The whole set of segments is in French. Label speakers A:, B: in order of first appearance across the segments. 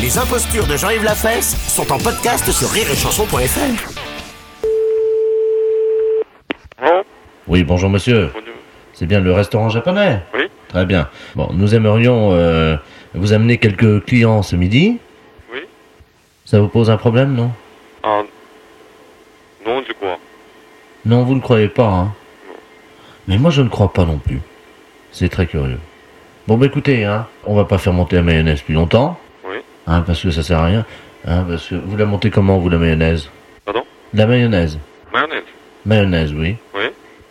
A: Les impostures de Jean-Yves Lafesse sont en podcast sur rireetchanson.fr.
B: Bon,
C: Oui, bonjour monsieur.
B: bon, nous-
C: C'est bien le restaurant japonais
B: Oui.
C: Très bien. Bon, nous aimerions euh, vous amener quelques clients ce midi.
B: Oui.
C: Ça vous pose un problème, non
B: ah, non, du quoi
C: Non, vous ne croyez pas, hein
B: Non.
C: Mais moi, je ne crois pas non plus. C'est très curieux. Bon, bah écoutez, hein, on va pas faire monter la mayonnaise plus longtemps.
B: Oui.
C: Hein, parce que ça sert à rien. Hein, parce que vous la montez comment, vous, la mayonnaise
B: Pardon
C: La mayonnaise.
B: Mayonnaise
C: Mayonnaise, oui.
B: Oui.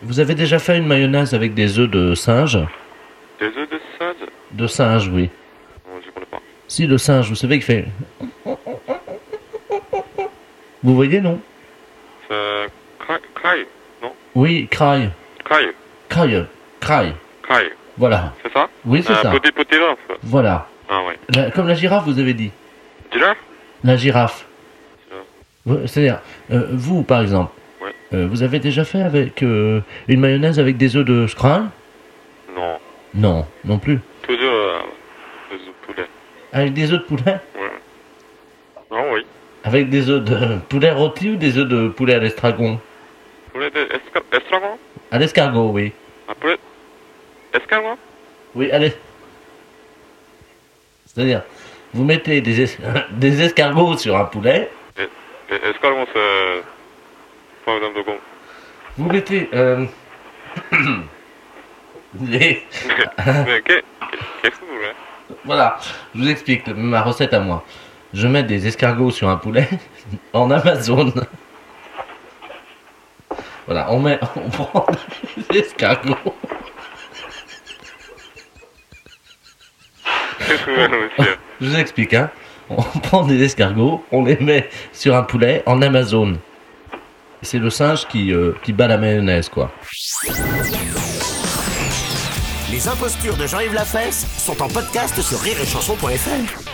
C: Vous avez déjà fait une mayonnaise avec des œufs de singe
B: Des œufs de singe
C: De singe, oui.
B: Non, je connais pas.
C: Si le singe, vous savez qu'il fait. Vous voyez, non
B: C'est cra- craille, non
C: Oui, craille.
B: Craille,
C: Craille. Craille.
B: craille,
C: Voilà.
B: c'est ça
C: Oui, c'est
B: Un
C: ça.
B: petit petit là, ça.
C: Voilà.
B: Ah ouais.
C: La- comme la girafe, vous avez dit.
B: Dis-là
C: La girafe.
B: Girafe.
C: Ouais, C'est-à-dire, euh, vous, par exemple,
B: Ouais.
C: euh, vous avez déjà fait avec euh, une mayonnaise avec des œufs de craille
B: Non,
C: Non, non plus.
B: toujours euh, des œufs de poulet.
C: Avec des œufs de poulet
B: Ouais. Ah oui,
C: Avec des œufs de poulet rôti ou des œufs de poulet à l'estragon
B: poulet de esca- escargot
C: À l'escargot, oui.
B: Un poulet escargot
C: Oui, allez. C'est-à-dire, vous mettez des, es- des escargots sur un poulet,
B: Et escargot, c'est... Par exemple, de gomme.
C: vous mettez euh, des-
B: Mais qu'est- qu'est-ce que vous voulez
C: Voilà, je vous explique ma recette à moi. Je mets des escargots sur un poulet en Amazon. Voilà, on met, on prend des escargots,
B: Qu'est-ce que vous voulez, monsieur
C: je vous explique, hein. On prend des escargots, on les met sur un poulet en Amazon. C'est le singe qui, euh, qui bat la mayonnaise, quoi.
A: Les impostures de Jean-Yves Lafesse sont en podcast sur rireetchanson.fr.